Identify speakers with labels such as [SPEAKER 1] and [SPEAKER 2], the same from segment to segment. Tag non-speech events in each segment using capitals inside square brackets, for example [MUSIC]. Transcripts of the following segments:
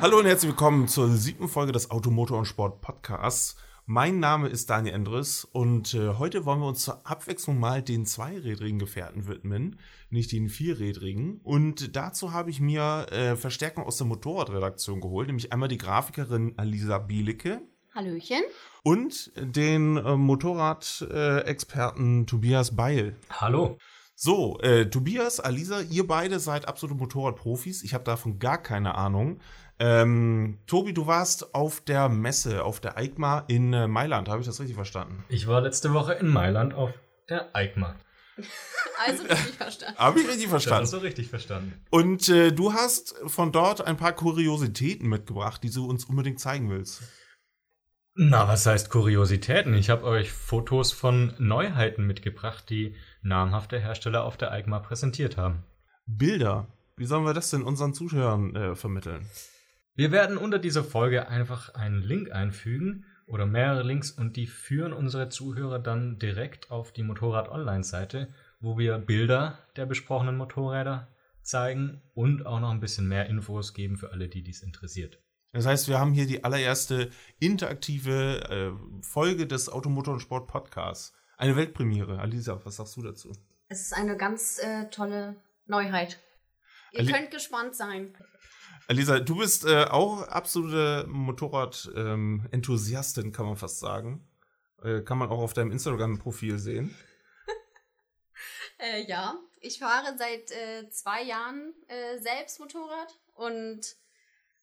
[SPEAKER 1] Hallo und herzlich willkommen zur siebten Folge des Automotor und Sport Podcasts. Mein Name ist Daniel Endres und äh, heute wollen wir uns zur Abwechslung mal den zweirädrigen Gefährten widmen, nicht den vierrädrigen. Und dazu habe ich mir äh, Verstärkung aus der Motorradredaktion geholt, nämlich einmal die Grafikerin Alisa Bielicke
[SPEAKER 2] Hallöchen.
[SPEAKER 1] und den äh, Motorradexperten Tobias Beil.
[SPEAKER 3] Hallo.
[SPEAKER 1] So, äh, Tobias, Alisa, ihr beide seid absolute Motorradprofis. Ich habe davon gar keine Ahnung. Ähm, Tobi, du warst auf der Messe, auf der EICMA in äh, Mailand. Habe ich das richtig verstanden?
[SPEAKER 3] Ich war letzte Woche in Mailand auf der EICMA.
[SPEAKER 2] Also richtig verstanden.
[SPEAKER 1] Habe ich richtig
[SPEAKER 3] Das hast
[SPEAKER 1] verstanden.
[SPEAKER 3] du richtig verstanden.
[SPEAKER 1] Und äh, du hast von dort ein paar Kuriositäten mitgebracht, die du uns unbedingt zeigen willst.
[SPEAKER 3] Na, was heißt Kuriositäten? Ich habe euch Fotos von Neuheiten mitgebracht, die namhafte Hersteller auf der EICMA präsentiert haben.
[SPEAKER 1] Bilder. Wie sollen wir das denn unseren Zuschauern äh, vermitteln?
[SPEAKER 3] Wir werden unter dieser Folge einfach einen Link einfügen oder mehrere Links und die führen unsere Zuhörer dann direkt auf die Motorrad Online Seite, wo wir Bilder der besprochenen Motorräder zeigen und auch noch ein bisschen mehr Infos geben für alle, die dies interessiert.
[SPEAKER 1] Das heißt, wir haben hier die allererste interaktive äh, Folge des Automotor und Sport Podcasts. Eine Weltpremiere. Alisa, was sagst du dazu?
[SPEAKER 2] Es ist eine ganz äh, tolle Neuheit. Ihr
[SPEAKER 1] Ali-
[SPEAKER 2] könnt gespannt sein.
[SPEAKER 1] Alisa, du bist äh, auch absolute Motorrad-Enthusiastin, kann man fast sagen. Äh, kann man auch auf deinem Instagram-Profil sehen.
[SPEAKER 2] Äh, ja, ich fahre seit äh, zwei Jahren äh, selbst Motorrad und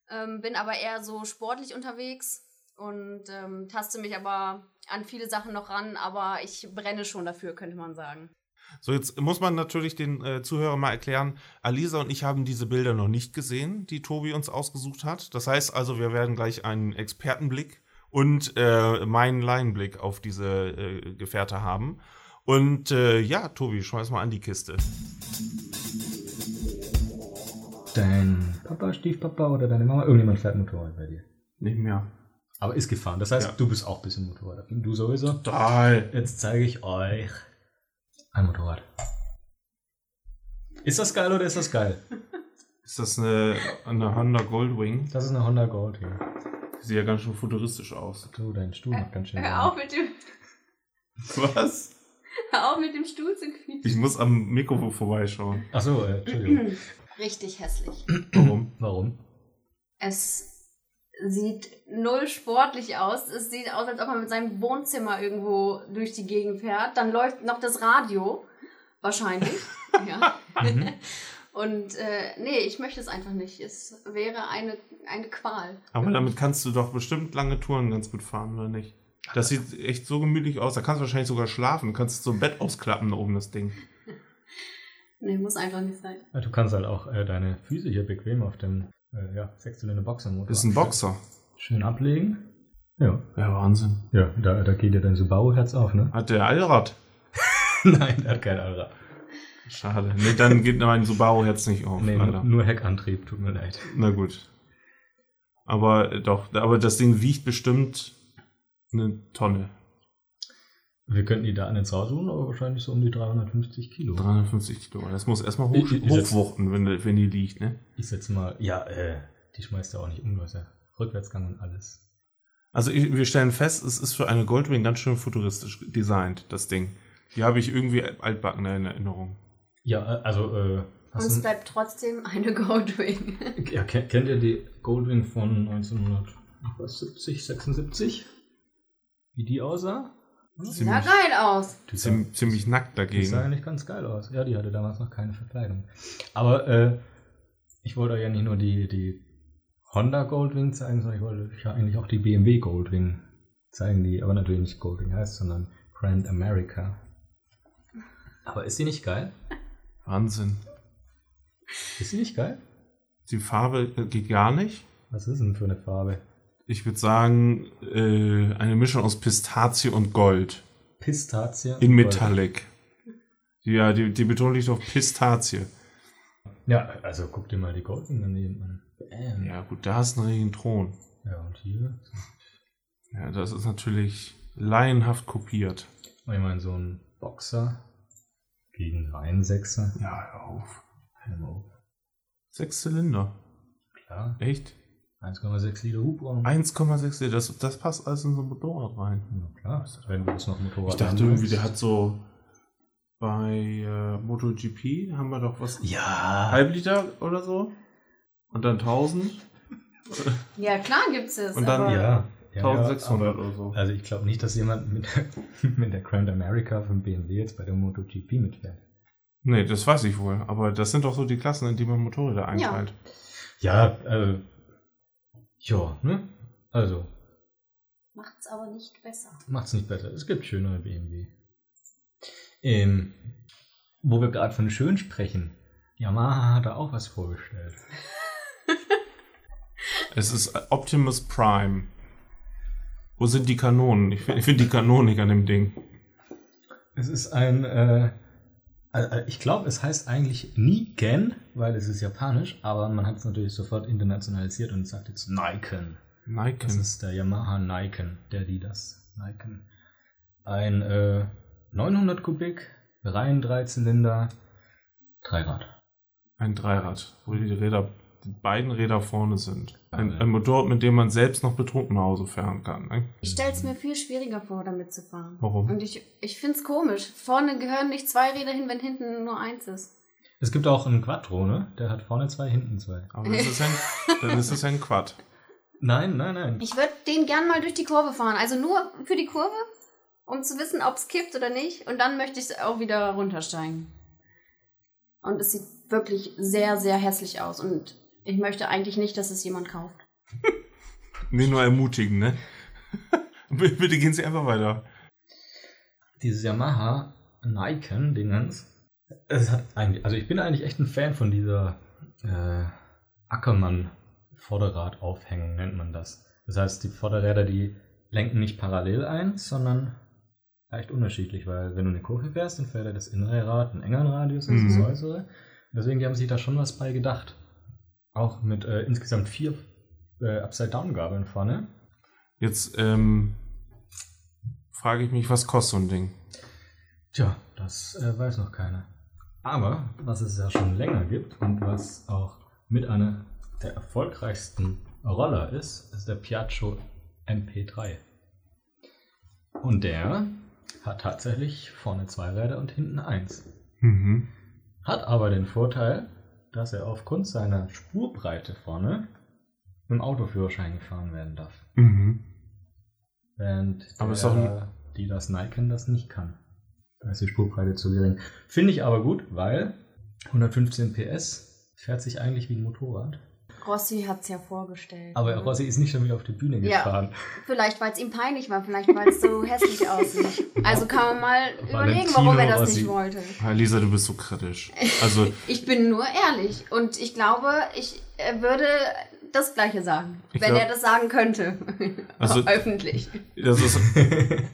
[SPEAKER 2] ähm, bin aber eher so sportlich unterwegs und ähm, taste mich aber an viele Sachen noch ran, aber ich brenne schon dafür, könnte man sagen.
[SPEAKER 1] So, jetzt muss man natürlich den äh, Zuhörern mal erklären, Alisa und ich haben diese Bilder noch nicht gesehen, die Tobi uns ausgesucht hat. Das heißt also, wir werden gleich einen Expertenblick und äh, meinen Laienblick auf diese äh, Gefährte haben. Und äh, ja, Tobi, schmeiß mal an die Kiste.
[SPEAKER 3] Dein Papa, Stiefpapa oder deine Mama, irgendjemand fährt Motorrad bei dir.
[SPEAKER 1] Nicht mehr.
[SPEAKER 3] Aber ist gefahren. Das heißt,
[SPEAKER 1] Ja.
[SPEAKER 3] du bist auch ein bisschen Motorrad. Du sowieso.
[SPEAKER 1] Total.
[SPEAKER 3] Jetzt zeige ich euch ein Motorrad. Ist das geil oder ist das geil?
[SPEAKER 1] Ist das eine, eine Honda Goldwing?
[SPEAKER 3] Das ist eine Honda Gold hier.
[SPEAKER 1] Sieht ja ganz schön futuristisch aus. [LAUGHS]
[SPEAKER 3] Du, dein Stuhl macht ganz schön.
[SPEAKER 2] Hör auf
[SPEAKER 3] Lärm.
[SPEAKER 2] mit dem, [LAUGHS]
[SPEAKER 1] Was?
[SPEAKER 2] hör auf mit dem Stuhl zu quietschen.
[SPEAKER 1] Ich muss am Mikrofon vorbeischauen.
[SPEAKER 3] Ach so, äh,
[SPEAKER 2] [LAUGHS]
[SPEAKER 3] Entschuldigung.
[SPEAKER 2] [CLEARS THROAT] Richtig hässlich.
[SPEAKER 1] Warum?
[SPEAKER 3] Warum?
[SPEAKER 2] Es sieht null sportlich aus. Es sieht aus, als ob man mit seinem Wohnzimmer irgendwo durch die Gegend fährt. Dann läuft noch das Radio. Wahrscheinlich. ja.
[SPEAKER 3] Mhm.
[SPEAKER 2] Und äh, nee, ich möchte es einfach nicht. Es wäre eine, eine Qual.
[SPEAKER 1] Aber damit kannst du doch bestimmt lange Touren ganz gut fahren, oder nicht? Das sieht echt so gemütlich aus. Da kannst du wahrscheinlich sogar schlafen. Du kannst so ein Bett ausklappen da oben, das Ding.
[SPEAKER 2] Nee, muss einfach nicht sein.
[SPEAKER 3] Ja, Du kannst halt auch äh, deine Füße hier bequem auf dem äh, ja, Sechszylinder Boxermotor.
[SPEAKER 1] Das ist ein Boxer.
[SPEAKER 3] Schön ablegen. Ja,
[SPEAKER 1] Ja, Wahnsinn.
[SPEAKER 3] ja da, da geht dir dein Subaru-Herz auf, ne?
[SPEAKER 1] Hat der Allrad?
[SPEAKER 3] [LAUGHS] Nein, der hat kein Allrad.
[SPEAKER 1] Schade. Nee, dann geht mein Subaru jetzt nicht auf.
[SPEAKER 3] Nee,
[SPEAKER 1] leider.
[SPEAKER 3] nur, nur Heckantrieb, tut mir leid.
[SPEAKER 1] Na gut. Aber äh, doch, aber das Ding wiegt bestimmt eine Tonne.
[SPEAKER 3] Wir könnten die Daten jetzt raussuchen, aber wahrscheinlich so um die 350 Kilo.
[SPEAKER 1] 350 Kilo. Das muss erstmal hoch,
[SPEAKER 3] Ich- ich- ich setz-
[SPEAKER 1] hochwuchten, wenn, die- wenn die liegt, ne?
[SPEAKER 3] Ich setze mal, ja, äh, die schmeißt ja auch nicht um, du hast ja Rückwärtsgang und alles.
[SPEAKER 1] Also ich, wir stellen fest, es ist für eine Goldwing ganz schön futuristisch designt, das Ding. Die habe ich irgendwie altbacken in Erinnerung.
[SPEAKER 3] Ja, äh, also, äh,
[SPEAKER 2] Und es bleibt trotzdem eine Goldwing.
[SPEAKER 3] ja, kennt, kennt ihr die Goldwing von 1970, 76? Wie die aussah?
[SPEAKER 2] Sieht ja geil aus.
[SPEAKER 3] Die sah,
[SPEAKER 1] Ziem, ziemlich nackt
[SPEAKER 3] die sah
[SPEAKER 1] dagegen.
[SPEAKER 3] eigentlich ganz geil aus. Ja, die hatte damals noch keine Verkleidung. Aber, äh, ich wollte euch ja nicht nur die, die Honda Goldwing zeigen, sondern ich wollte euch ja eigentlich auch die BMW Goldwing zeigen, die aber natürlich nicht Goldwing heißt, sondern Grand America. Aber ist die nicht geil?
[SPEAKER 1] Wahnsinn.
[SPEAKER 3] Ist sie nicht geil?
[SPEAKER 1] Die Farbe äh, geht gar nicht.
[SPEAKER 3] Was ist denn für eine Farbe?
[SPEAKER 1] Ich würde sagen, äh, eine Mischung aus Pistazie und Gold.
[SPEAKER 3] Pistazie.
[SPEAKER 1] In Metallic. Ja, die, die Betonung liegt auf Pistazie.
[SPEAKER 3] Ja, also guck dir mal die Golding daneben an. Bam.
[SPEAKER 1] Ja, gut, da ist ein riesen Thron.
[SPEAKER 3] ja, und hier.
[SPEAKER 1] Ja, das ist natürlich laienhaft kopiert.
[SPEAKER 3] Ich meine, so ein Boxer gegen Reihensechser.
[SPEAKER 1] Ja, hör auf.
[SPEAKER 3] Hello.
[SPEAKER 1] Sechs Zylinder.
[SPEAKER 3] Klar.
[SPEAKER 1] Echt?
[SPEAKER 3] 1,6 Liter Hubraum.
[SPEAKER 1] 1,6 Liter, das, das passt alles in so ein Motorrad rein.
[SPEAKER 3] Na klar, wenn du jetzt noch Motorrad
[SPEAKER 1] Ich dachte irgendwie, der
[SPEAKER 3] anbaust.
[SPEAKER 1] hat so bei äh, MotoGP haben wir doch was.
[SPEAKER 3] Ja.
[SPEAKER 1] Halb Liter oder so. Und dann 1000.
[SPEAKER 2] Ja, klar gibt's es.
[SPEAKER 1] Und dann-
[SPEAKER 2] aber
[SPEAKER 3] Ja. ja
[SPEAKER 1] 1600
[SPEAKER 3] aber-
[SPEAKER 1] oder so.
[SPEAKER 3] Also ich glaube nicht, dass jemand mit der, [LAUGHS] mit der Grand America von BMW jetzt bei der MotoGP mitfährt.
[SPEAKER 1] Nee, das weiß ich wohl. Aber das sind doch so die Klassen, in die man Motorräder einteilt.
[SPEAKER 3] Ja, äh, ja, ne? Also,
[SPEAKER 2] macht's aber nicht besser.
[SPEAKER 3] macht's nicht besser. Es gibt schönere BMW. Ähm, wo wir gerade von schön sprechen. Yamaha hat da auch was vorgestellt.
[SPEAKER 1] Es ist äh, Optimus Prime. Wo sind die Kanonen? Ich finde find die Kanonen nicht an dem Ding.
[SPEAKER 3] Es ist ein, äh, also ich glaube, es heißt eigentlich Niken, weil es ist japanisch, aber man hat es natürlich sofort internationalisiert und sagt jetzt Niken.
[SPEAKER 1] Nike.
[SPEAKER 3] Das ist der Yamaha Niken, der die das Niken. Ein äh, 900 Kubik, Reihen Dreizylinder, Dreirad.
[SPEAKER 1] Ein Dreirad, wo die Räder, die beiden Räder vorne sind. Ein,
[SPEAKER 3] Ja.
[SPEAKER 1] ein Motorrad, mit dem man selbst noch betrunken nach Hause fahren kann. Ne?
[SPEAKER 2] Ich stell's mir viel schwieriger vor, damit zu fahren.
[SPEAKER 1] Warum?
[SPEAKER 2] [LAUGHS] Und ich, ich find's komisch. Vorne gehören nicht zwei Räder hin, wenn hinten nur eins ist.
[SPEAKER 3] Es gibt auch einen Quattro, ne? Der hat vorne zwei, hinten zwei.
[SPEAKER 1] Aber das ist ein, dann ist es ein Quad.
[SPEAKER 3] Nein, nein, nein.
[SPEAKER 2] Ich würde den gern mal durch die Kurve fahren. Also nur für die Kurve, um zu wissen, ob's kippt oder nicht. Und dann möchte ich auch wieder runtersteigen. Und es sieht wirklich sehr, sehr hässlich aus. Und ich möchte eigentlich nicht, dass es jemand kauft.
[SPEAKER 1] Nee, nur ermutigen, ne? B- [LAUGHS] Bitte gehen Sie einfach weiter.
[SPEAKER 3] Dieses Yamaha Niken, Dingens. Es hat eigentlich, also ich bin eigentlich echt ein Fan von dieser äh, Ackermann-Vorderradaufhängung, nennt man das. Das heißt, die Vorderräder, die lenken nicht parallel ein, sondern leicht unterschiedlich, weil wenn du eine Kurve fährst, dann fährt ja das innere Rad einen engeren Radius als das
[SPEAKER 1] Mhm.
[SPEAKER 3] äußere. Deswegen die haben sich da schon was bei gedacht. Auch mit äh, insgesamt vier äh, Upside-Down-Gabeln vorne.
[SPEAKER 1] Jetzt ähm, frage ich mich, was kostet so ein Ding?
[SPEAKER 3] Tja, das äh, weiß noch keiner. Aber was es ja schon länger gibt und was auch mit einer der erfolgreichsten Roller ist, ist der Piaggio MP3. Und der hat tatsächlich vorne zwei Räder und hinten eins.
[SPEAKER 1] Mhm.
[SPEAKER 3] Hat aber den Vorteil, dass er aufgrund seiner Spurbreite vorne mit dem Autoführerschein gefahren werden darf.
[SPEAKER 1] Mhm.
[SPEAKER 3] Während
[SPEAKER 1] Aber
[SPEAKER 3] der,
[SPEAKER 1] ist auch ein-
[SPEAKER 3] die das Niken das nicht kann. Da ist die Spurbreite zu gering. Finde ich aber gut, weil 115 PS fährt sich eigentlich wie ein Motorrad.
[SPEAKER 2] Rossi hat's ja vorgestellt.
[SPEAKER 3] Aber
[SPEAKER 2] ne?
[SPEAKER 3] Rossi ist nicht schon wieder auf die Bühne
[SPEAKER 2] Ja.
[SPEAKER 3] gefahren.
[SPEAKER 2] Vielleicht, weil es ihm peinlich war, vielleicht, weil es [LAUGHS] so hässlich aussieht. Also kann man mal überlegen,
[SPEAKER 3] Valentino
[SPEAKER 2] warum er das
[SPEAKER 3] Rossi.
[SPEAKER 2] nicht wollte.
[SPEAKER 1] Lisa, du bist so kritisch. Also,
[SPEAKER 2] [LAUGHS] Ich bin nur ehrlich und ich glaube, ich äh, würde das Gleiche sagen,
[SPEAKER 1] Ich
[SPEAKER 2] wenn
[SPEAKER 1] glaub-
[SPEAKER 2] er das sagen könnte.
[SPEAKER 1] Also-
[SPEAKER 2] Öffentlich.
[SPEAKER 1] das ist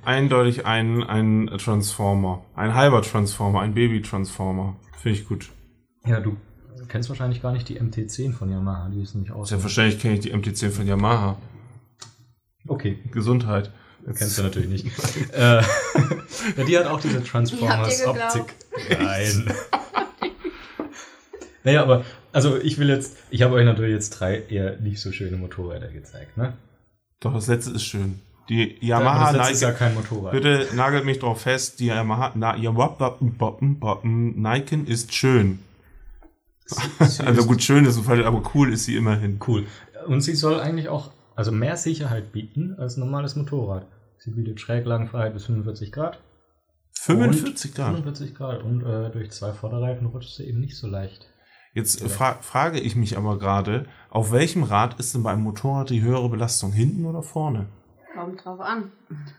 [SPEAKER 1] eindeutig ein, ein Transformer. Ein halber Transformer, ein Baby-Transformer. Finde ich gut.
[SPEAKER 3] Ja, du kennst wahrscheinlich gar nicht die MT10 von Yamaha, die ist nämlich aus.
[SPEAKER 1] Selbstverständlich Also, kenne ich die MT10 von Yamaha.
[SPEAKER 3] Okay,
[SPEAKER 1] Gesundheit.
[SPEAKER 3] kennst du natürlich
[SPEAKER 1] [LAUGHS]
[SPEAKER 3] nicht. äh, [LAUGHS] ja, die hat auch diese Transformers-Optik. Nein. [LAUGHS] naja, aber also ich will jetzt, ich habe euch natürlich jetzt drei eher nicht so schöne Motorräder gezeigt, ne?
[SPEAKER 1] Doch, das letzte ist schön. Die
[SPEAKER 3] Aber
[SPEAKER 1] Yamaha
[SPEAKER 3] das letzte ist ja
[SPEAKER 1] Nike.
[SPEAKER 3] kein Motorrad.
[SPEAKER 1] Bitte nagelt mich drauf fest, die Yamaha Na, Yamaha- Niken ist schön.
[SPEAKER 3] Sie
[SPEAKER 1] Also
[SPEAKER 3] ist
[SPEAKER 1] gut, schön ist ein Fall, aber cool ist sie immerhin.
[SPEAKER 3] Cool. Und sie soll eigentlich auch also mehr Sicherheit bieten als ein normales Motorrad. Sie bietet Schräglagenfreiheit bis 45 Grad.
[SPEAKER 1] 45 Grad.
[SPEAKER 3] 45 Grad. Und äh, durch zwei Vorderreifen rutscht sie eben nicht so leicht.
[SPEAKER 1] Jetzt äh, fra frage ich mich aber gerade, auf welchem Rad ist denn bei einem Motorrad die höhere Belastung? Hinten oder vorne?
[SPEAKER 2] Kommt drauf an.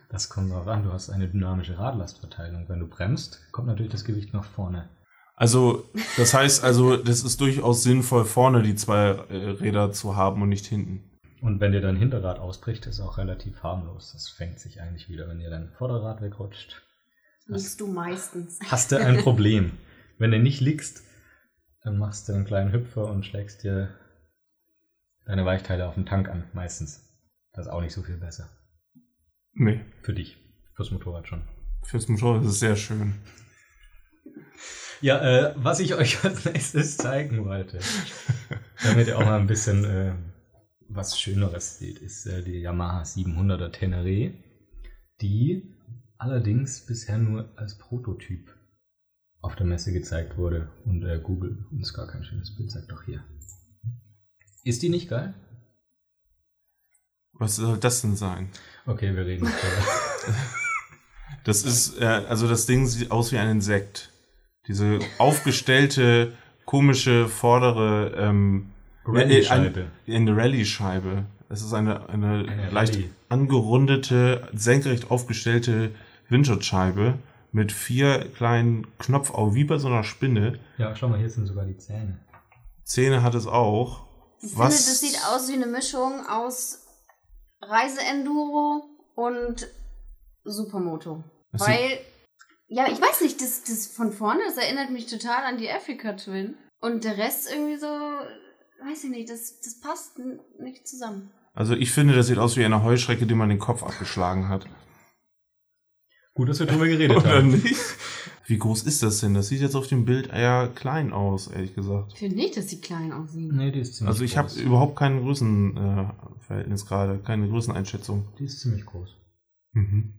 [SPEAKER 3] Das kommt darauf an, du hast eine dynamische Radlastverteilung. Wenn du bremst, kommt natürlich das Gewicht nach vorne.
[SPEAKER 1] Also, das heißt also, das ist durchaus sinnvoll, vorne die zwei äh, Räder zu haben und nicht hinten.
[SPEAKER 3] Und wenn dir dein Hinterrad ausbricht, ist auch relativ harmlos. Das fängt sich eigentlich wieder, wenn dir dein Vorderrad wegrutscht.
[SPEAKER 2] Liegst du meistens.
[SPEAKER 3] hast du ein Problem. Wenn du nicht liegst, dann machst du einen kleinen Hüpfer und schlägst dir deine Weichteile auf den Tank an, meistens. Das ist auch nicht so viel besser.
[SPEAKER 1] Nee,
[SPEAKER 3] Für dich. Fürs Motorrad schon.
[SPEAKER 1] fürs Motorrad ist es sehr schön.
[SPEAKER 3] Ja, äh, was [LAUGHS] ich euch als nächstes zeigen wollte, damit ihr auch mal ein bisschen äh, was Schöneres sieht, ist äh, die Yamaha 700er Tenere, die allerdings bisher nur als Prototyp auf der Messe gezeigt wurde und äh, Google uns gar kein schönes Bild zeigt, doch hier. Ist die nicht geil?
[SPEAKER 1] Was soll das denn sein?
[SPEAKER 3] Okay, wir reden nicht [LAUGHS] drüber.
[SPEAKER 1] Das ist, äh, also das Ding sieht aus wie ein Insekt. Diese aufgestellte, komische, vordere ähm,
[SPEAKER 3] Rallye-Scheibe.
[SPEAKER 1] äh, eine Rallye-Scheibe. Es ist eine, eine,
[SPEAKER 3] Eine
[SPEAKER 1] leicht
[SPEAKER 3] Rallye.
[SPEAKER 1] angerundete, senkrecht aufgestellte Windschutzscheibe mit vier kleinen Knopf auf, wie bei so einer Spinne.
[SPEAKER 3] Ja, schau mal, hier sind sogar die Zähne.
[SPEAKER 1] Zähne hat es auch.
[SPEAKER 2] Ich
[SPEAKER 1] Was?
[SPEAKER 2] finde, das sieht aus wie eine Mischung aus Reiseenduro und Supermoto.
[SPEAKER 1] Das sieht-
[SPEAKER 2] Weil, ja, ich weiß nicht, das, das von vorne, das erinnert mich total an die Africa Twin. Und der Rest irgendwie so, weiß ich nicht, das, das passt n- nicht zusammen.
[SPEAKER 1] Also ich finde, das sieht aus wie eine Heuschrecke, die man den Kopf abgeschlagen hat.
[SPEAKER 3] Gut, dass wir drüber geredet
[SPEAKER 1] Oder
[SPEAKER 3] haben.
[SPEAKER 1] nicht? Wie groß ist das denn? Das sieht jetzt auf dem Bild eher klein aus, ehrlich gesagt.
[SPEAKER 2] Ich finde nicht, dass die klein aussehen.
[SPEAKER 3] Nee, die ist ziemlich
[SPEAKER 1] Also ich habe
[SPEAKER 3] groß.
[SPEAKER 1] überhaupt kein Größenverhältnis äh, Verhältnis gerade, keine Größeneinschätzung.
[SPEAKER 3] Die ist ziemlich groß. Mhm.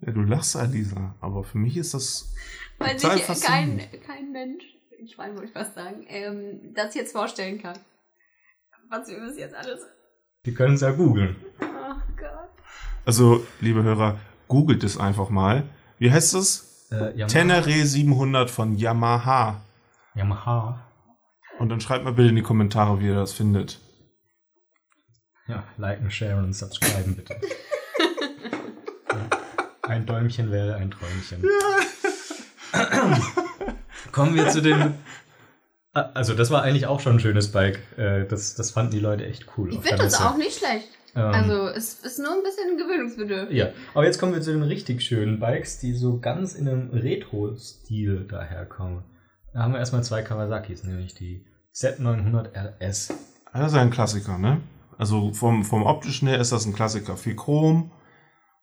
[SPEAKER 1] Ja, du lachst, Alisa, aber für mich ist das
[SPEAKER 2] Weil
[SPEAKER 1] Total
[SPEAKER 2] sich kein,
[SPEAKER 1] faszinierend.
[SPEAKER 2] kein Mensch, ein Schwein wollte ich fast sagen, ähm, das jetzt vorstellen kann. Was wir bis jetzt alles.
[SPEAKER 3] Die können es ja googeln.
[SPEAKER 2] Oh Gott.
[SPEAKER 1] Also, liebe Hörer, googelt es einfach mal. Wie heißt es?
[SPEAKER 3] Äh, Yamaha.
[SPEAKER 1] Tenere 700 von Yamaha.
[SPEAKER 3] Yamaha.
[SPEAKER 1] Und dann schreibt mal bitte in die Kommentare, wie ihr das findet.
[SPEAKER 3] Ja, liken, sharen und
[SPEAKER 2] [LAUGHS]
[SPEAKER 3] subscriben bitte. ja. Ein Däumchen wäre ein Träumchen. [COUGHS] Kommen wir zu den. Ah, Also das war eigentlich auch schon ein schönes Bike. Äh, Das, das fanden die Leute echt cool.
[SPEAKER 2] Ich
[SPEAKER 3] auf
[SPEAKER 2] finde
[SPEAKER 3] der
[SPEAKER 2] das
[SPEAKER 3] Messe.
[SPEAKER 2] auch nicht schlecht.
[SPEAKER 3] Ähm,
[SPEAKER 2] Also, es ist nur ein bisschen gewöhnungsbedürftig.
[SPEAKER 3] Ja, aber jetzt kommen wir zu den richtig schönen Bikes, die so ganz in einem Retro-Stil daherkommen. Da haben wir erstmal zwei Kawasaki's, nämlich die Z900 RS.
[SPEAKER 1] Ah, Das ist ja ein Klassiker, ne? Also vom, vom optischen her ist das ein Klassiker. Viel Chrom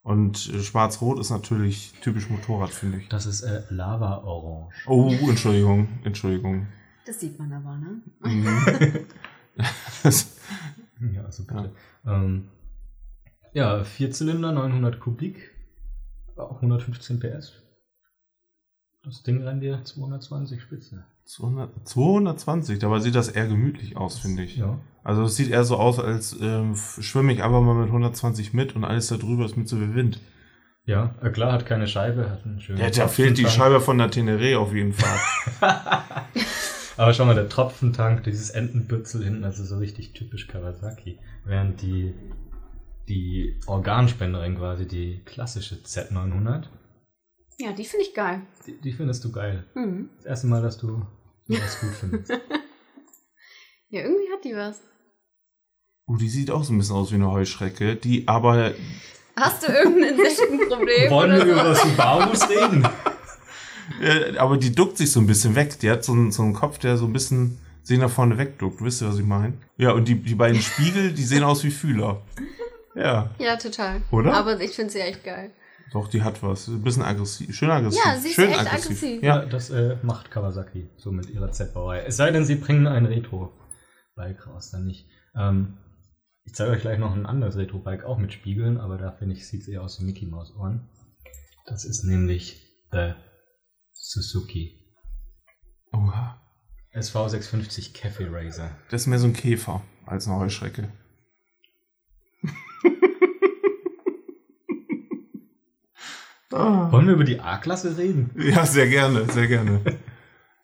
[SPEAKER 1] und äh, schwarz-rot ist natürlich typisch Motorrad, finde ich.
[SPEAKER 3] Das ist äh, Lava Orange.
[SPEAKER 1] Oh, Entschuldigung, Entschuldigung.
[SPEAKER 2] Das sieht man aber, ne?
[SPEAKER 1] Mhm. [LAUGHS] Das-
[SPEAKER 3] Ja, also bitte. Ähm, ja, Vierzylinder, 900 Kubik, auch 115 PS. Das Ding rennt dir 220 Spitze.
[SPEAKER 1] 200, 220, dabei sieht das eher gemütlich aus, finde ich.
[SPEAKER 3] Ja.
[SPEAKER 1] Also es sieht eher so aus, als ähm, f- schwimme ich einfach mal mit 120 mit und alles da drüber ist mit so viel Wind.
[SPEAKER 3] Ja, äh, klar, hat keine Scheibe, hat einen schönen.
[SPEAKER 1] Ja, da fehlt die
[SPEAKER 3] Tropfentank.
[SPEAKER 1] Scheibe von der Teneré auf jeden Fall. [LAUGHS]
[SPEAKER 3] Aber schau mal, der Tropfentank, dieses Entenbützel hinten, also so richtig typisch Kawasaki. Während die, die Organspenderin quasi, die klassische Z900,
[SPEAKER 2] Ja, die finde ich geil.
[SPEAKER 3] die, die findest du geil.
[SPEAKER 2] Mhm.
[SPEAKER 3] Das erste Mal, dass du das gut findest.
[SPEAKER 2] Ja, irgendwie hat die was.
[SPEAKER 1] Oh, die sieht auch so ein bisschen aus wie eine Heuschrecke, die aber
[SPEAKER 2] Hast du irgendein Insektenproblem?
[SPEAKER 3] Wollen wir über
[SPEAKER 2] oder so?
[SPEAKER 3] das Baumhaus reden?
[SPEAKER 1] Äh, aber die duckt sich so ein bisschen weg. Die hat so einen, so einen Kopf, der so ein bisschen sich nach vorne wegduckt. Wisst ihr, was ich meine? Ja, und die, die beiden Spiegel, die sehen aus wie Fühler. Ja,
[SPEAKER 2] Ja, total.
[SPEAKER 1] Oder?
[SPEAKER 2] Aber ich finde sie echt geil.
[SPEAKER 1] doch, die hat was. Ein bisschen aggressiv. Schön aggressiv.
[SPEAKER 2] Ja, sie ist
[SPEAKER 1] Schön
[SPEAKER 2] echt aggressiv.
[SPEAKER 1] Ja.
[SPEAKER 3] [LAUGHS] Ja, das äh, macht Kawasaki so mit ihrer Z-Baureihe. Es sei denn, sie bringen ein Retro-Bike raus, dann nicht. Ähm, ich zeige euch gleich noch ein anderes Retro-Bike, auch mit Spiegeln, aber da finde ich, sieht es eher aus wie Mickey Maus Ohren. Das ist nämlich The Suzuki
[SPEAKER 1] Oha.
[SPEAKER 3] SV650 Cafe Racer.
[SPEAKER 1] Das ist mehr so ein Käfer als eine Heuschrecke. [LAUGHS]
[SPEAKER 3] Wollen wir über die A-Klasse reden?
[SPEAKER 1] Ja, sehr gerne, sehr gerne.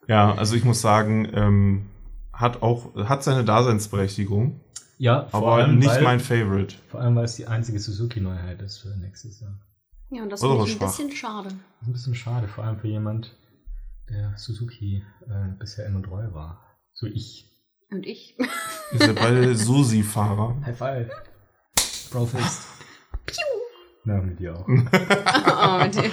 [SPEAKER 1] Ja, also ich muss sagen, ähm, hat auch, hat seine Daseinsberechtigung,
[SPEAKER 3] Ja, vor
[SPEAKER 1] aber
[SPEAKER 3] allem,
[SPEAKER 1] nicht
[SPEAKER 3] weil,
[SPEAKER 1] mein Favorite.
[SPEAKER 3] vor allem, weil es die einzige Suzuki-Neuheit ist für nächstes Jahr.
[SPEAKER 2] Ja, und das
[SPEAKER 1] Oder
[SPEAKER 2] finde ich ein
[SPEAKER 1] schwach.
[SPEAKER 2] bisschen schade.
[SPEAKER 3] Das ist ein bisschen schade, vor allem für jemand, der Suzuki äh, bisher immer treu war. So ich.
[SPEAKER 2] Und ich. [LAUGHS]
[SPEAKER 1] Ihr seid
[SPEAKER 3] [LAUGHS]
[SPEAKER 1] beide Susi-Fahrer.
[SPEAKER 3] High five. Bro fist. Na, mit dir auch.
[SPEAKER 2] oh, mit dir.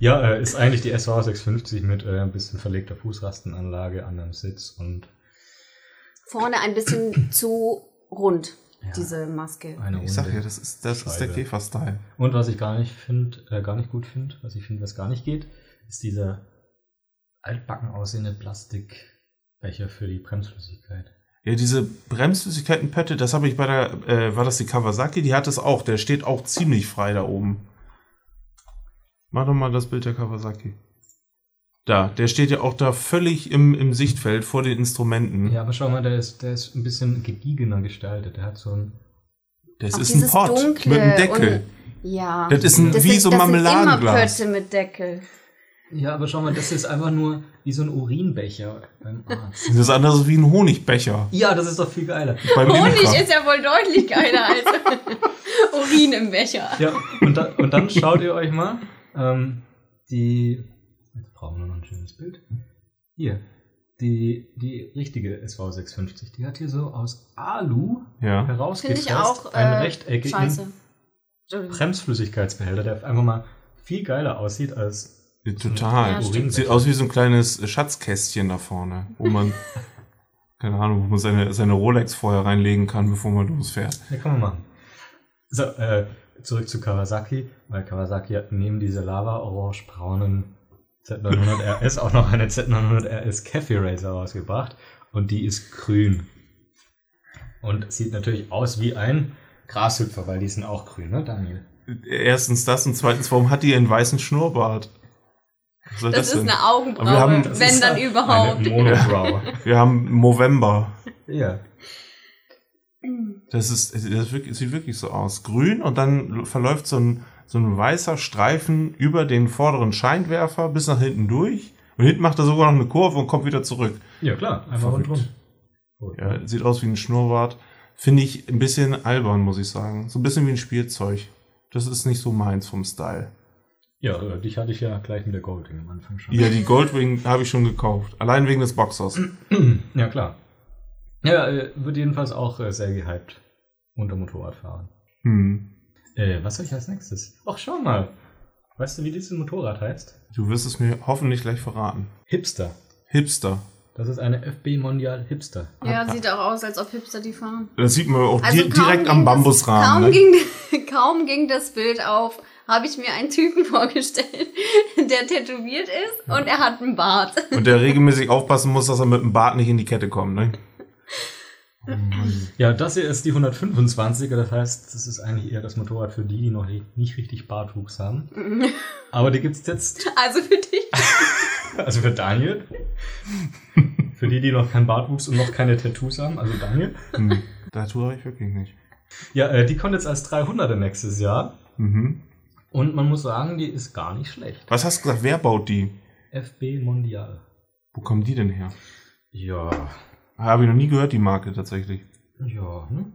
[SPEAKER 3] Ja, äh, ist eigentlich die SV 650 mit äh, ein bisschen verlegter Fußrastenanlage an einem Sitz und
[SPEAKER 2] Vorne ein bisschen zu rund,
[SPEAKER 3] ja,
[SPEAKER 2] diese Maske.
[SPEAKER 3] eine
[SPEAKER 1] Ich sag
[SPEAKER 3] Runde.
[SPEAKER 1] ja, das ist, das ist der
[SPEAKER 3] Scheibe.
[SPEAKER 1] Käfer-Style.
[SPEAKER 3] Und was ich gar nicht finde, äh, gar nicht gut finde, was ich finde, was gar nicht geht, ist dieser altbacken aussehende Plastikbecher für die Bremsflüssigkeit.
[SPEAKER 1] Ja, diese Bremsflüssigkeitenpötte, das habe ich bei der, äh, war das die Kawasaki? Die hat es auch. Der steht auch ziemlich frei da oben. Mach doch mal das Bild der Kawasaki. Da, der steht ja auch da völlig im, im Sichtfeld vor den Instrumenten.
[SPEAKER 3] Ja, aber schau mal, der ist, der ist ein bisschen gediegener gestaltet. Der hat so ein.
[SPEAKER 1] Das
[SPEAKER 2] Auch
[SPEAKER 1] ist ein
[SPEAKER 2] dieses
[SPEAKER 1] Pott
[SPEAKER 2] Dunkle
[SPEAKER 1] mit einem Deckel.
[SPEAKER 2] Ja.
[SPEAKER 1] Das ist ein,
[SPEAKER 2] Das
[SPEAKER 1] wie
[SPEAKER 2] sind-
[SPEAKER 1] so ein
[SPEAKER 2] das sind
[SPEAKER 1] Marmeladenglas.
[SPEAKER 2] Immer Pötte mit Deckel.
[SPEAKER 3] Ja, aber schau mal, das ist einfach nur wie so ein Urinbecher beim Arzt.
[SPEAKER 1] Das andere ist wie ein Honigbecher.
[SPEAKER 3] [LAUGHS] Ja, das ist doch viel geiler.
[SPEAKER 1] Beim
[SPEAKER 2] Honig
[SPEAKER 1] Imker.
[SPEAKER 2] ist ja wohl deutlich geiler als [LAUGHS] Urin im Becher.
[SPEAKER 3] Ja, und, da, und dann schaut ihr euch mal ähm, die. Jetzt brauchen wir noch ein schönes Bild. Hier. Die, die richtige SV650, die hat hier so aus Alu
[SPEAKER 1] Ja.
[SPEAKER 2] Finde
[SPEAKER 3] herausgefasst
[SPEAKER 2] ich auch. Äh,
[SPEAKER 3] einen rechteckigen
[SPEAKER 2] Scheiße. Entschuldigung.
[SPEAKER 3] Bremsflüssigkeitsbehälter, der einfach mal viel geiler aussieht als
[SPEAKER 1] Total. also
[SPEAKER 2] Ja,
[SPEAKER 3] stimmt.
[SPEAKER 1] Sieht aus wie so ein kleines Schatzkästchen da vorne, wo man, keine Ahnung, wo man seine, seine Rolex vorher reinlegen kann, bevor man losfährt.
[SPEAKER 3] Ja, kann man machen. So, äh, zurück zu Kawasaki, weil Kawasaki hat neben dieser lava-orange-braunen Z900 RS auch noch eine Z900 RS Cafe Racer rausgebracht und die ist grün. Und sieht natürlich aus wie ein Grashüpfer, weil die sind auch grün, ne, Daniel?
[SPEAKER 1] Erstens das und zweitens, warum hat die einen weißen Schnurrbart? Was soll
[SPEAKER 2] Das ist eine Augenbraue,
[SPEAKER 1] Aber wir haben-
[SPEAKER 3] Das
[SPEAKER 2] wenn
[SPEAKER 3] ist
[SPEAKER 2] dann
[SPEAKER 3] eine
[SPEAKER 2] überhaupt. [LAUGHS]
[SPEAKER 3] Monobrow.
[SPEAKER 1] Wir haben Movember.
[SPEAKER 3] ja.
[SPEAKER 1] Das, ist, das ist wirklich, sieht wirklich so aus. Grün und dann verläuft so ein, so ein weißer Streifen über den vorderen Scheinwerfer bis nach hinten durch. Und hinten macht er sogar noch eine Kurve und kommt wieder zurück.
[SPEAKER 3] ja, klar, einmal
[SPEAKER 1] Verrückt.
[SPEAKER 3] rundherum. Gut.
[SPEAKER 1] Ja, sieht aus wie ein Schnurrbart. Finde ich ein bisschen albern, muss ich sagen. So ein bisschen wie ein Spielzeug. Das ist nicht so meins vom Style.
[SPEAKER 3] Ja, äh, dich hatte ich ja gleich mit der Golding am Anfang schon.
[SPEAKER 1] Ja, die Goldwing habe ich schon gekauft. Allein wegen des Boxers.
[SPEAKER 3] [CLEARS THROAT] Ja, klar. Ja, äh, wird jedenfalls auch äh, sehr gehypt unter Motorradfahrern.
[SPEAKER 1] Hm.
[SPEAKER 3] Äh, was soll ich als nächstes? Ach, schau mal. Weißt du, wie dieses Motorrad heißt?
[SPEAKER 1] Du wirst es mir hoffentlich gleich verraten.
[SPEAKER 3] Hipster.
[SPEAKER 1] Hipster.
[SPEAKER 3] Das ist eine FB Mondial Hipster.
[SPEAKER 2] Ja, sieht auch aus, als ob Hipster die fahren.
[SPEAKER 1] Das sieht man auch di
[SPEAKER 2] Also kaum
[SPEAKER 1] direkt
[SPEAKER 2] ging
[SPEAKER 1] am
[SPEAKER 2] das- Kaum,
[SPEAKER 1] Bambusrahmen. Ne?
[SPEAKER 2] ging, [LAUGHS] kaum ging das Bild auf, habe ich mir einen Typen [LAUGHS] vorgestellt, der tätowiert ist und er hat einen Bart.
[SPEAKER 1] Und der regelmäßig aufpassen muss, dass er mit dem Bart nicht in die Kette kommt. Ne?
[SPEAKER 3] Ja, das hier ist die 125er. Das heißt, das ist eigentlich eher das Motorrad für die, die noch ri- nicht richtig Bartwuchs haben. Aber die gibt's jetzt,
[SPEAKER 2] Also für dich.
[SPEAKER 3] also für Daniel. Für die, die noch keinen Bartwuchs und noch keine Tattoos haben, also Daniel.
[SPEAKER 1] Hm. Dazu habe ich wirklich nicht.
[SPEAKER 3] Ja, äh, die kommt jetzt als 300er nächstes Jahr.
[SPEAKER 1] Mhm.
[SPEAKER 3] Und man muss sagen, die ist gar nicht schlecht.
[SPEAKER 1] Was hast du gesagt? Wer baut die?
[SPEAKER 3] FB Mondial.
[SPEAKER 1] Wo kommen die denn her?
[SPEAKER 3] Ja,
[SPEAKER 1] Habe ich noch nie gehört, die Marke tatsächlich.
[SPEAKER 3] ja, ne?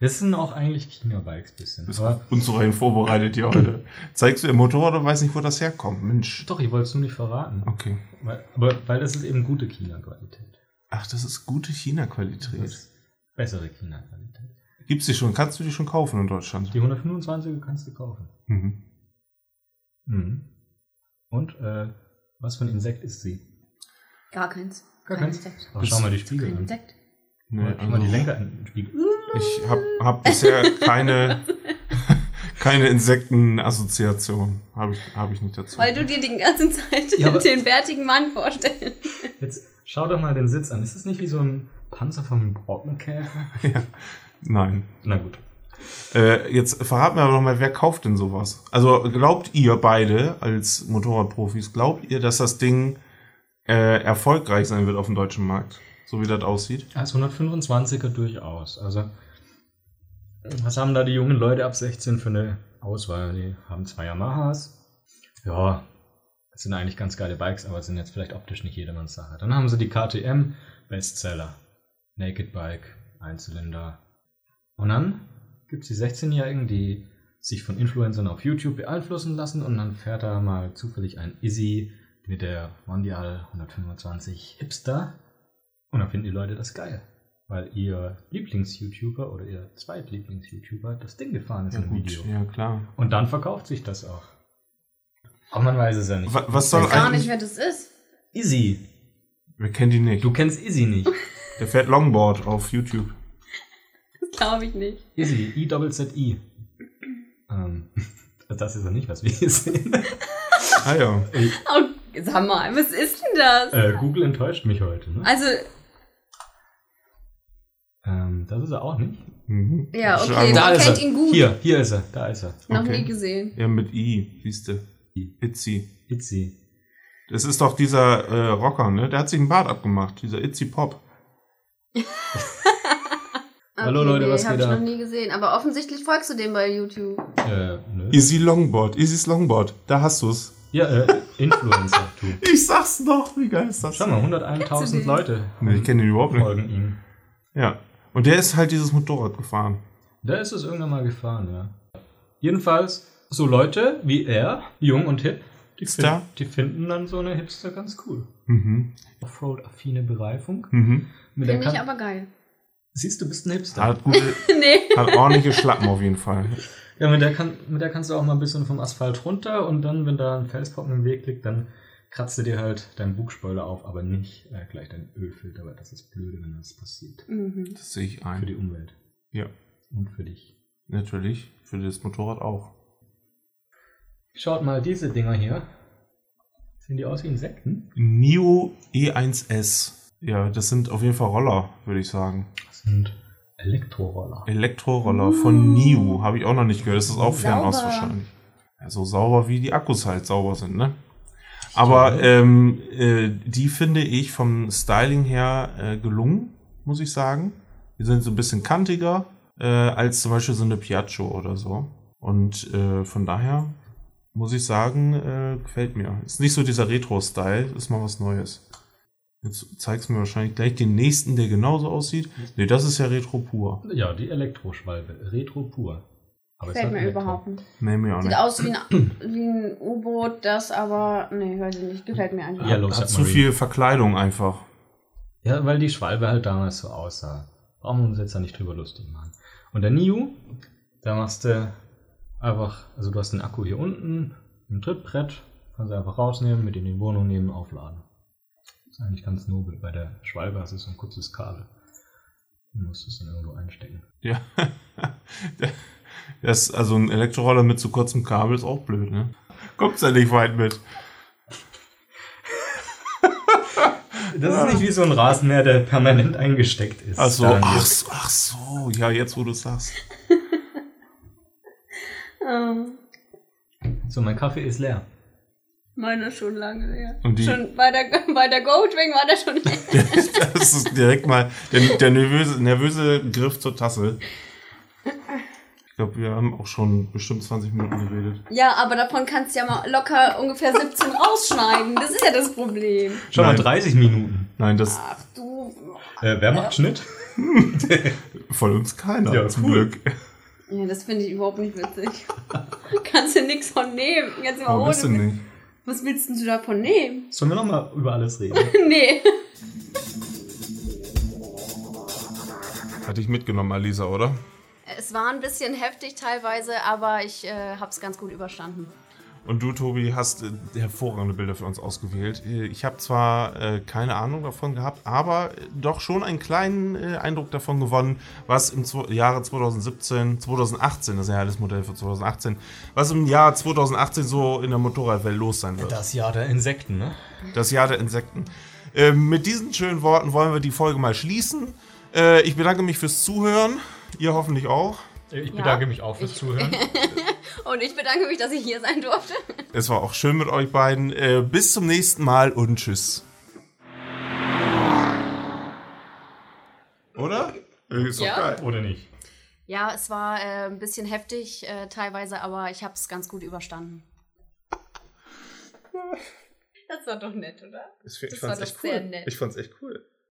[SPEAKER 3] Das sind auch eigentlich China-Bikes bisschen.
[SPEAKER 1] Bist
[SPEAKER 3] Aber
[SPEAKER 1] unzureichend vorbereitet hier heute. Zeigst du ihr Motorrad und weiß nicht, wo das herkommt. Mensch.
[SPEAKER 3] doch, ich wollte es nur nicht verraten.
[SPEAKER 1] Okay.
[SPEAKER 3] Weil, aber weil das ist eben gute China-Qualität.
[SPEAKER 1] Ach, das ist gute
[SPEAKER 3] Das
[SPEAKER 1] China-Qualität.
[SPEAKER 3] ist Bessere China-Qualität.
[SPEAKER 1] Gibt's die schon? Kannst du die schon kaufen in Deutschland?
[SPEAKER 3] Die 125 kannst du kaufen.
[SPEAKER 1] Mhm.
[SPEAKER 3] Mhm. Und äh, was für ein Insekt ist sie?
[SPEAKER 2] Gar keins.
[SPEAKER 3] Gar
[SPEAKER 2] Kein
[SPEAKER 3] keins. ne?
[SPEAKER 2] Insekt.
[SPEAKER 3] Aber schau mal die Spiegel an.
[SPEAKER 2] Insekt.
[SPEAKER 1] Nee,
[SPEAKER 3] Schau mal
[SPEAKER 1] also-
[SPEAKER 3] die Lenker an den Spiegel.
[SPEAKER 1] Ich habe hab bisher
[SPEAKER 3] [LAUGHS]
[SPEAKER 1] keine, keine Insektenassoziation. Habe ich, hab ich nicht dazu.
[SPEAKER 2] Weil du dir die ganze Zeit
[SPEAKER 3] Ja, aber-
[SPEAKER 2] den bärtigen Mann vorstellst.
[SPEAKER 3] Jetzt schau doch mal den Sitz an. Ist das nicht wie so ein Panzer vom Borkenkäfer?
[SPEAKER 1] Nein.
[SPEAKER 3] Na gut.
[SPEAKER 1] Äh, jetzt verrat mir aber noch mal, wer kauft denn sowas? Also glaubt ihr beide als Motorradprofis, glaubt ihr, dass das Ding äh, erfolgreich sein wird auf dem deutschen Markt? So wie das aussieht?
[SPEAKER 3] Als 125er durchaus. Also, was haben da die jungen Leute ab 16 für eine Auswahl? Die haben zwei Yamahas. Ja, das sind eigentlich ganz geile Bikes, aber sind jetzt vielleicht optisch nicht jedermanns Sache. Dann haben sie die KTM Bestseller. Naked Bike, Einzylinder. Und dann gibt es die 16-Jährigen, die sich von Influencern auf YouTube beeinflussen lassen und dann fährt da mal zufällig ein Izzy mit der Mondial 125 Hipster. Und dann finden die Leute das geil. Weil ihr Lieblings-YouTuber oder ihr Zweitlieblings-YouTuber das Ding gefahren ist im Video.
[SPEAKER 1] ja klar.
[SPEAKER 3] Und dann verkauft sich das auch. Aber man weiß es ja nicht.
[SPEAKER 1] Wa- was soll
[SPEAKER 3] Das
[SPEAKER 2] Gar
[SPEAKER 3] heißt,
[SPEAKER 1] eigentlich-
[SPEAKER 2] nicht, wer das ist.
[SPEAKER 3] Izzy.
[SPEAKER 1] Wer kennt die nicht?
[SPEAKER 3] Du kennst Izzy nicht.
[SPEAKER 1] Der fährt Longboard auf YouTube.
[SPEAKER 2] Glaube ich nicht.
[SPEAKER 3] Izzy, I-Z-Z-I. Ähm, [LAUGHS] das ist ja nicht, was wir hier sehen.
[SPEAKER 1] Ah ja.
[SPEAKER 2] Oh, sag mal, was ist denn das?
[SPEAKER 3] Äh, Google enttäuscht mich heute, ne?
[SPEAKER 2] Also,
[SPEAKER 3] Hm, das ist er auch nicht.
[SPEAKER 1] Mhm.
[SPEAKER 2] Ja,
[SPEAKER 1] Schon
[SPEAKER 2] okay.
[SPEAKER 1] einmal-
[SPEAKER 2] Man kennt ihn gut.
[SPEAKER 3] Hier, hier ist er. Da ist er.
[SPEAKER 2] Noch
[SPEAKER 1] Okay.
[SPEAKER 2] nie gesehen.
[SPEAKER 1] Ja, mit I, siehste. Itzy.
[SPEAKER 3] Itzy.
[SPEAKER 1] Das ist doch dieser äh, Rocker, ne? Der hat sich einen Bart abgemacht, dieser Itzy Pop.
[SPEAKER 3] Hallo, Leute, was
[SPEAKER 2] Ah, hab
[SPEAKER 3] geht
[SPEAKER 2] ich
[SPEAKER 3] ab?
[SPEAKER 2] noch nie gesehen. Aber offensichtlich folgst du dem bei YouTube.
[SPEAKER 3] Äh, nö.
[SPEAKER 1] Easy Longboard, Easy's Longboard, da hast du's.
[SPEAKER 3] Ja, äh, Influencer, du.
[SPEAKER 1] Ich sag's doch, wie geil ist das?
[SPEAKER 3] Schau mal,
[SPEAKER 2] Kennst du
[SPEAKER 3] 101.000
[SPEAKER 2] den?
[SPEAKER 3] Leute
[SPEAKER 1] Ne, ich kenne den überhaupt nicht.
[SPEAKER 3] folgen ihm.
[SPEAKER 1] Ja. Und der ist halt dieses Motorrad gefahren.
[SPEAKER 3] Da ist es irgendwann mal gefahren, ja. Jedenfalls, so Leute wie er, jung und hip, die,
[SPEAKER 1] Star.
[SPEAKER 3] fin die finden dann so eine Hipster ganz cool.
[SPEAKER 1] Mhm.
[SPEAKER 3] Offroad-affine Bereifung.
[SPEAKER 1] Mhm.
[SPEAKER 3] Mit der
[SPEAKER 2] Finde ich
[SPEAKER 3] Kan
[SPEAKER 2] aber geil. [LAUGHS]
[SPEAKER 3] Siehst du, bist ein Hipster.
[SPEAKER 1] Hat, gute,
[SPEAKER 2] nee.
[SPEAKER 1] hat ordentliche Schlappen auf jeden Fall.
[SPEAKER 3] Ja, mit der, kann, mit der kannst du auch mal ein bisschen vom Asphalt runter und dann, wenn da ein Felsbrocken im Weg liegt, dann kratzt du dir halt deinen Bugspoiler auf, aber nicht äh, gleich deinen Ölfilter, weil das ist blöde, wenn das passiert.
[SPEAKER 2] Mhm.
[SPEAKER 1] Das sehe ich
[SPEAKER 3] Für
[SPEAKER 1] ein.
[SPEAKER 3] die Umwelt.
[SPEAKER 1] Ja.
[SPEAKER 3] Und für dich.
[SPEAKER 1] Natürlich. Für das Motorrad auch.
[SPEAKER 3] Schaut mal diese Dinger hier. Sehen die aus wie Insekten?
[SPEAKER 1] Nio E1S. Ja, das sind auf jeden Fall Roller, würde ich sagen.
[SPEAKER 3] Das sind Elektroroller.
[SPEAKER 1] Elektroroller
[SPEAKER 2] Mm.
[SPEAKER 1] von NIU habe ich auch noch nicht gehört. Das ist auch Fernost
[SPEAKER 2] Sauber.
[SPEAKER 1] wahrscheinlich. Ja, so sauber wie die Akkus halt sauber sind, ne? Aber
[SPEAKER 3] Ja.
[SPEAKER 1] ähm, äh, die finde ich vom Styling her äh, gelungen, muss ich sagen. Die sind so ein bisschen kantiger äh, als zum Beispiel so eine Piaggio oder so. Und äh, von daher muss ich sagen, äh, gefällt mir. Ist nicht so dieser Retro-Style, ist mal was Neues. Jetzt zeigst du mir wahrscheinlich gleich den nächsten, der genauso aussieht. Nee, das ist ja Retro pur.
[SPEAKER 3] Ja, die Elektroschwalbe. Retro pur. Aber
[SPEAKER 2] Gefällt
[SPEAKER 3] hat
[SPEAKER 2] mir
[SPEAKER 3] Elektro.
[SPEAKER 2] überhaupt nicht.
[SPEAKER 1] Nee, mir auch
[SPEAKER 2] Sieht
[SPEAKER 1] nicht.
[SPEAKER 2] aus wie
[SPEAKER 3] [CLEARS THROAT]
[SPEAKER 2] ein, wie ein U-Boot, das aber. Nee, weiß ich nicht. Gefällt mir einfach.
[SPEAKER 3] Ja.
[SPEAKER 1] Hat,
[SPEAKER 3] Yellow
[SPEAKER 1] hat zu
[SPEAKER 3] Submarine.
[SPEAKER 1] viel Verkleidung einfach.
[SPEAKER 3] Ja, weil die Schwalbe halt damals so aussah. Brauchen wir uns jetzt da nicht drüber lustig machen. Und der Niu, da machst du einfach, also du hast den Akku hier unten, im Trittbrett, kannst du einfach rausnehmen, mit in die Wohnung nehmen, aufladen. Ist eigentlich ganz nobel. Bei der Schwalbe hast du so ein kurzes Kabel. Du musst es dann irgendwo einstecken.
[SPEAKER 1] Ja. [LAUGHS] Das, also ein Elektroroller mit zu kurzem Kabel ist auch blöd, ne? Kommt's ja nicht weit mit.
[SPEAKER 3] Das ist nicht wie so ein Rasenmäher, der permanent eingesteckt ist.
[SPEAKER 1] Also,
[SPEAKER 3] Daran
[SPEAKER 1] ach,
[SPEAKER 3] geht's.
[SPEAKER 1] so- ach so, ja, jetzt wo du es sagst. [LAUGHS]
[SPEAKER 2] Ähm,
[SPEAKER 3] So, mein Kaffee ist leer.
[SPEAKER 2] meine ist schon lange leer.
[SPEAKER 1] Und die-
[SPEAKER 2] Schon bei der, [LAUGHS] bei der Goldwing war der schon leer.
[SPEAKER 1] Das ist direkt mal der, der nervöse, nervöse Griff zur Tasse. Ich glaube, wir haben auch schon bestimmt 20 Minuten geredet.
[SPEAKER 2] ja, aber davon kannst du ja mal locker ungefähr 17 rausschneiden. Das ist ja das Problem.
[SPEAKER 3] Schon
[SPEAKER 1] Nein.
[SPEAKER 3] mal 30 Minuten.
[SPEAKER 1] Nein, das
[SPEAKER 2] Ach du.
[SPEAKER 3] Äh, wer macht Schnitt?
[SPEAKER 1] von uns keiner,
[SPEAKER 3] Ja,
[SPEAKER 1] zum
[SPEAKER 3] cool.
[SPEAKER 1] Glück.
[SPEAKER 2] Ja, das finde ich überhaupt nicht witzig. [LAUGHS] Kannst du nichts von nehmen. Ganz mal
[SPEAKER 1] Warum
[SPEAKER 2] ohne.
[SPEAKER 1] bist du
[SPEAKER 2] Witz.
[SPEAKER 1] nicht?
[SPEAKER 2] Was willst denn du davon nehmen? [LAUGHS]
[SPEAKER 3] Sollen wir nochmal über alles reden?
[SPEAKER 2] nee.
[SPEAKER 1] Hatte ich mitgenommen, Alisa, oder?
[SPEAKER 2] Es war ein bisschen heftig teilweise, aber ich äh, habe es ganz gut überstanden.
[SPEAKER 1] Und du, Tobi, hast äh, hervorragende Bilder für uns ausgewählt. Äh, Ich habe zwar äh, keine Ahnung davon gehabt, aber äh, doch schon einen kleinen äh, Eindruck davon gewonnen, was im Zwo- Jahre 2017, 2018, das ist ja alles Modell für 2018, was im Jahr 2018 so in der Motorradwelt los sein wird.
[SPEAKER 3] [LAUGHS] Das Jahr der Insekten, ne?
[SPEAKER 1] Das Jahr der Insekten. Ähm, mit diesen schönen Worten wollen wir die Folge mal schließen. Äh, ich bedanke mich fürs Zuhören. Ihr hoffentlich auch.
[SPEAKER 3] Ich
[SPEAKER 2] Ja.
[SPEAKER 3] bedanke mich auch fürs Zuhören.
[SPEAKER 2] Und ich bedanke mich, dass ich hier sein durfte.
[SPEAKER 1] Es war auch schön mit euch beiden. Äh, bis zum nächsten Mal und tschüss. Oder? Ist doch
[SPEAKER 2] Ja.
[SPEAKER 1] geil.
[SPEAKER 3] Oder nicht?
[SPEAKER 2] Ja, es war äh, ein bisschen heftig äh, teilweise, aber ich habe es ganz
[SPEAKER 1] [LAUGHS]
[SPEAKER 2] gut überstanden. Das war doch nett, oder?
[SPEAKER 1] Ich
[SPEAKER 2] Das fand's war doch echt cool. sehr nett.
[SPEAKER 1] Ich fand's echt cool.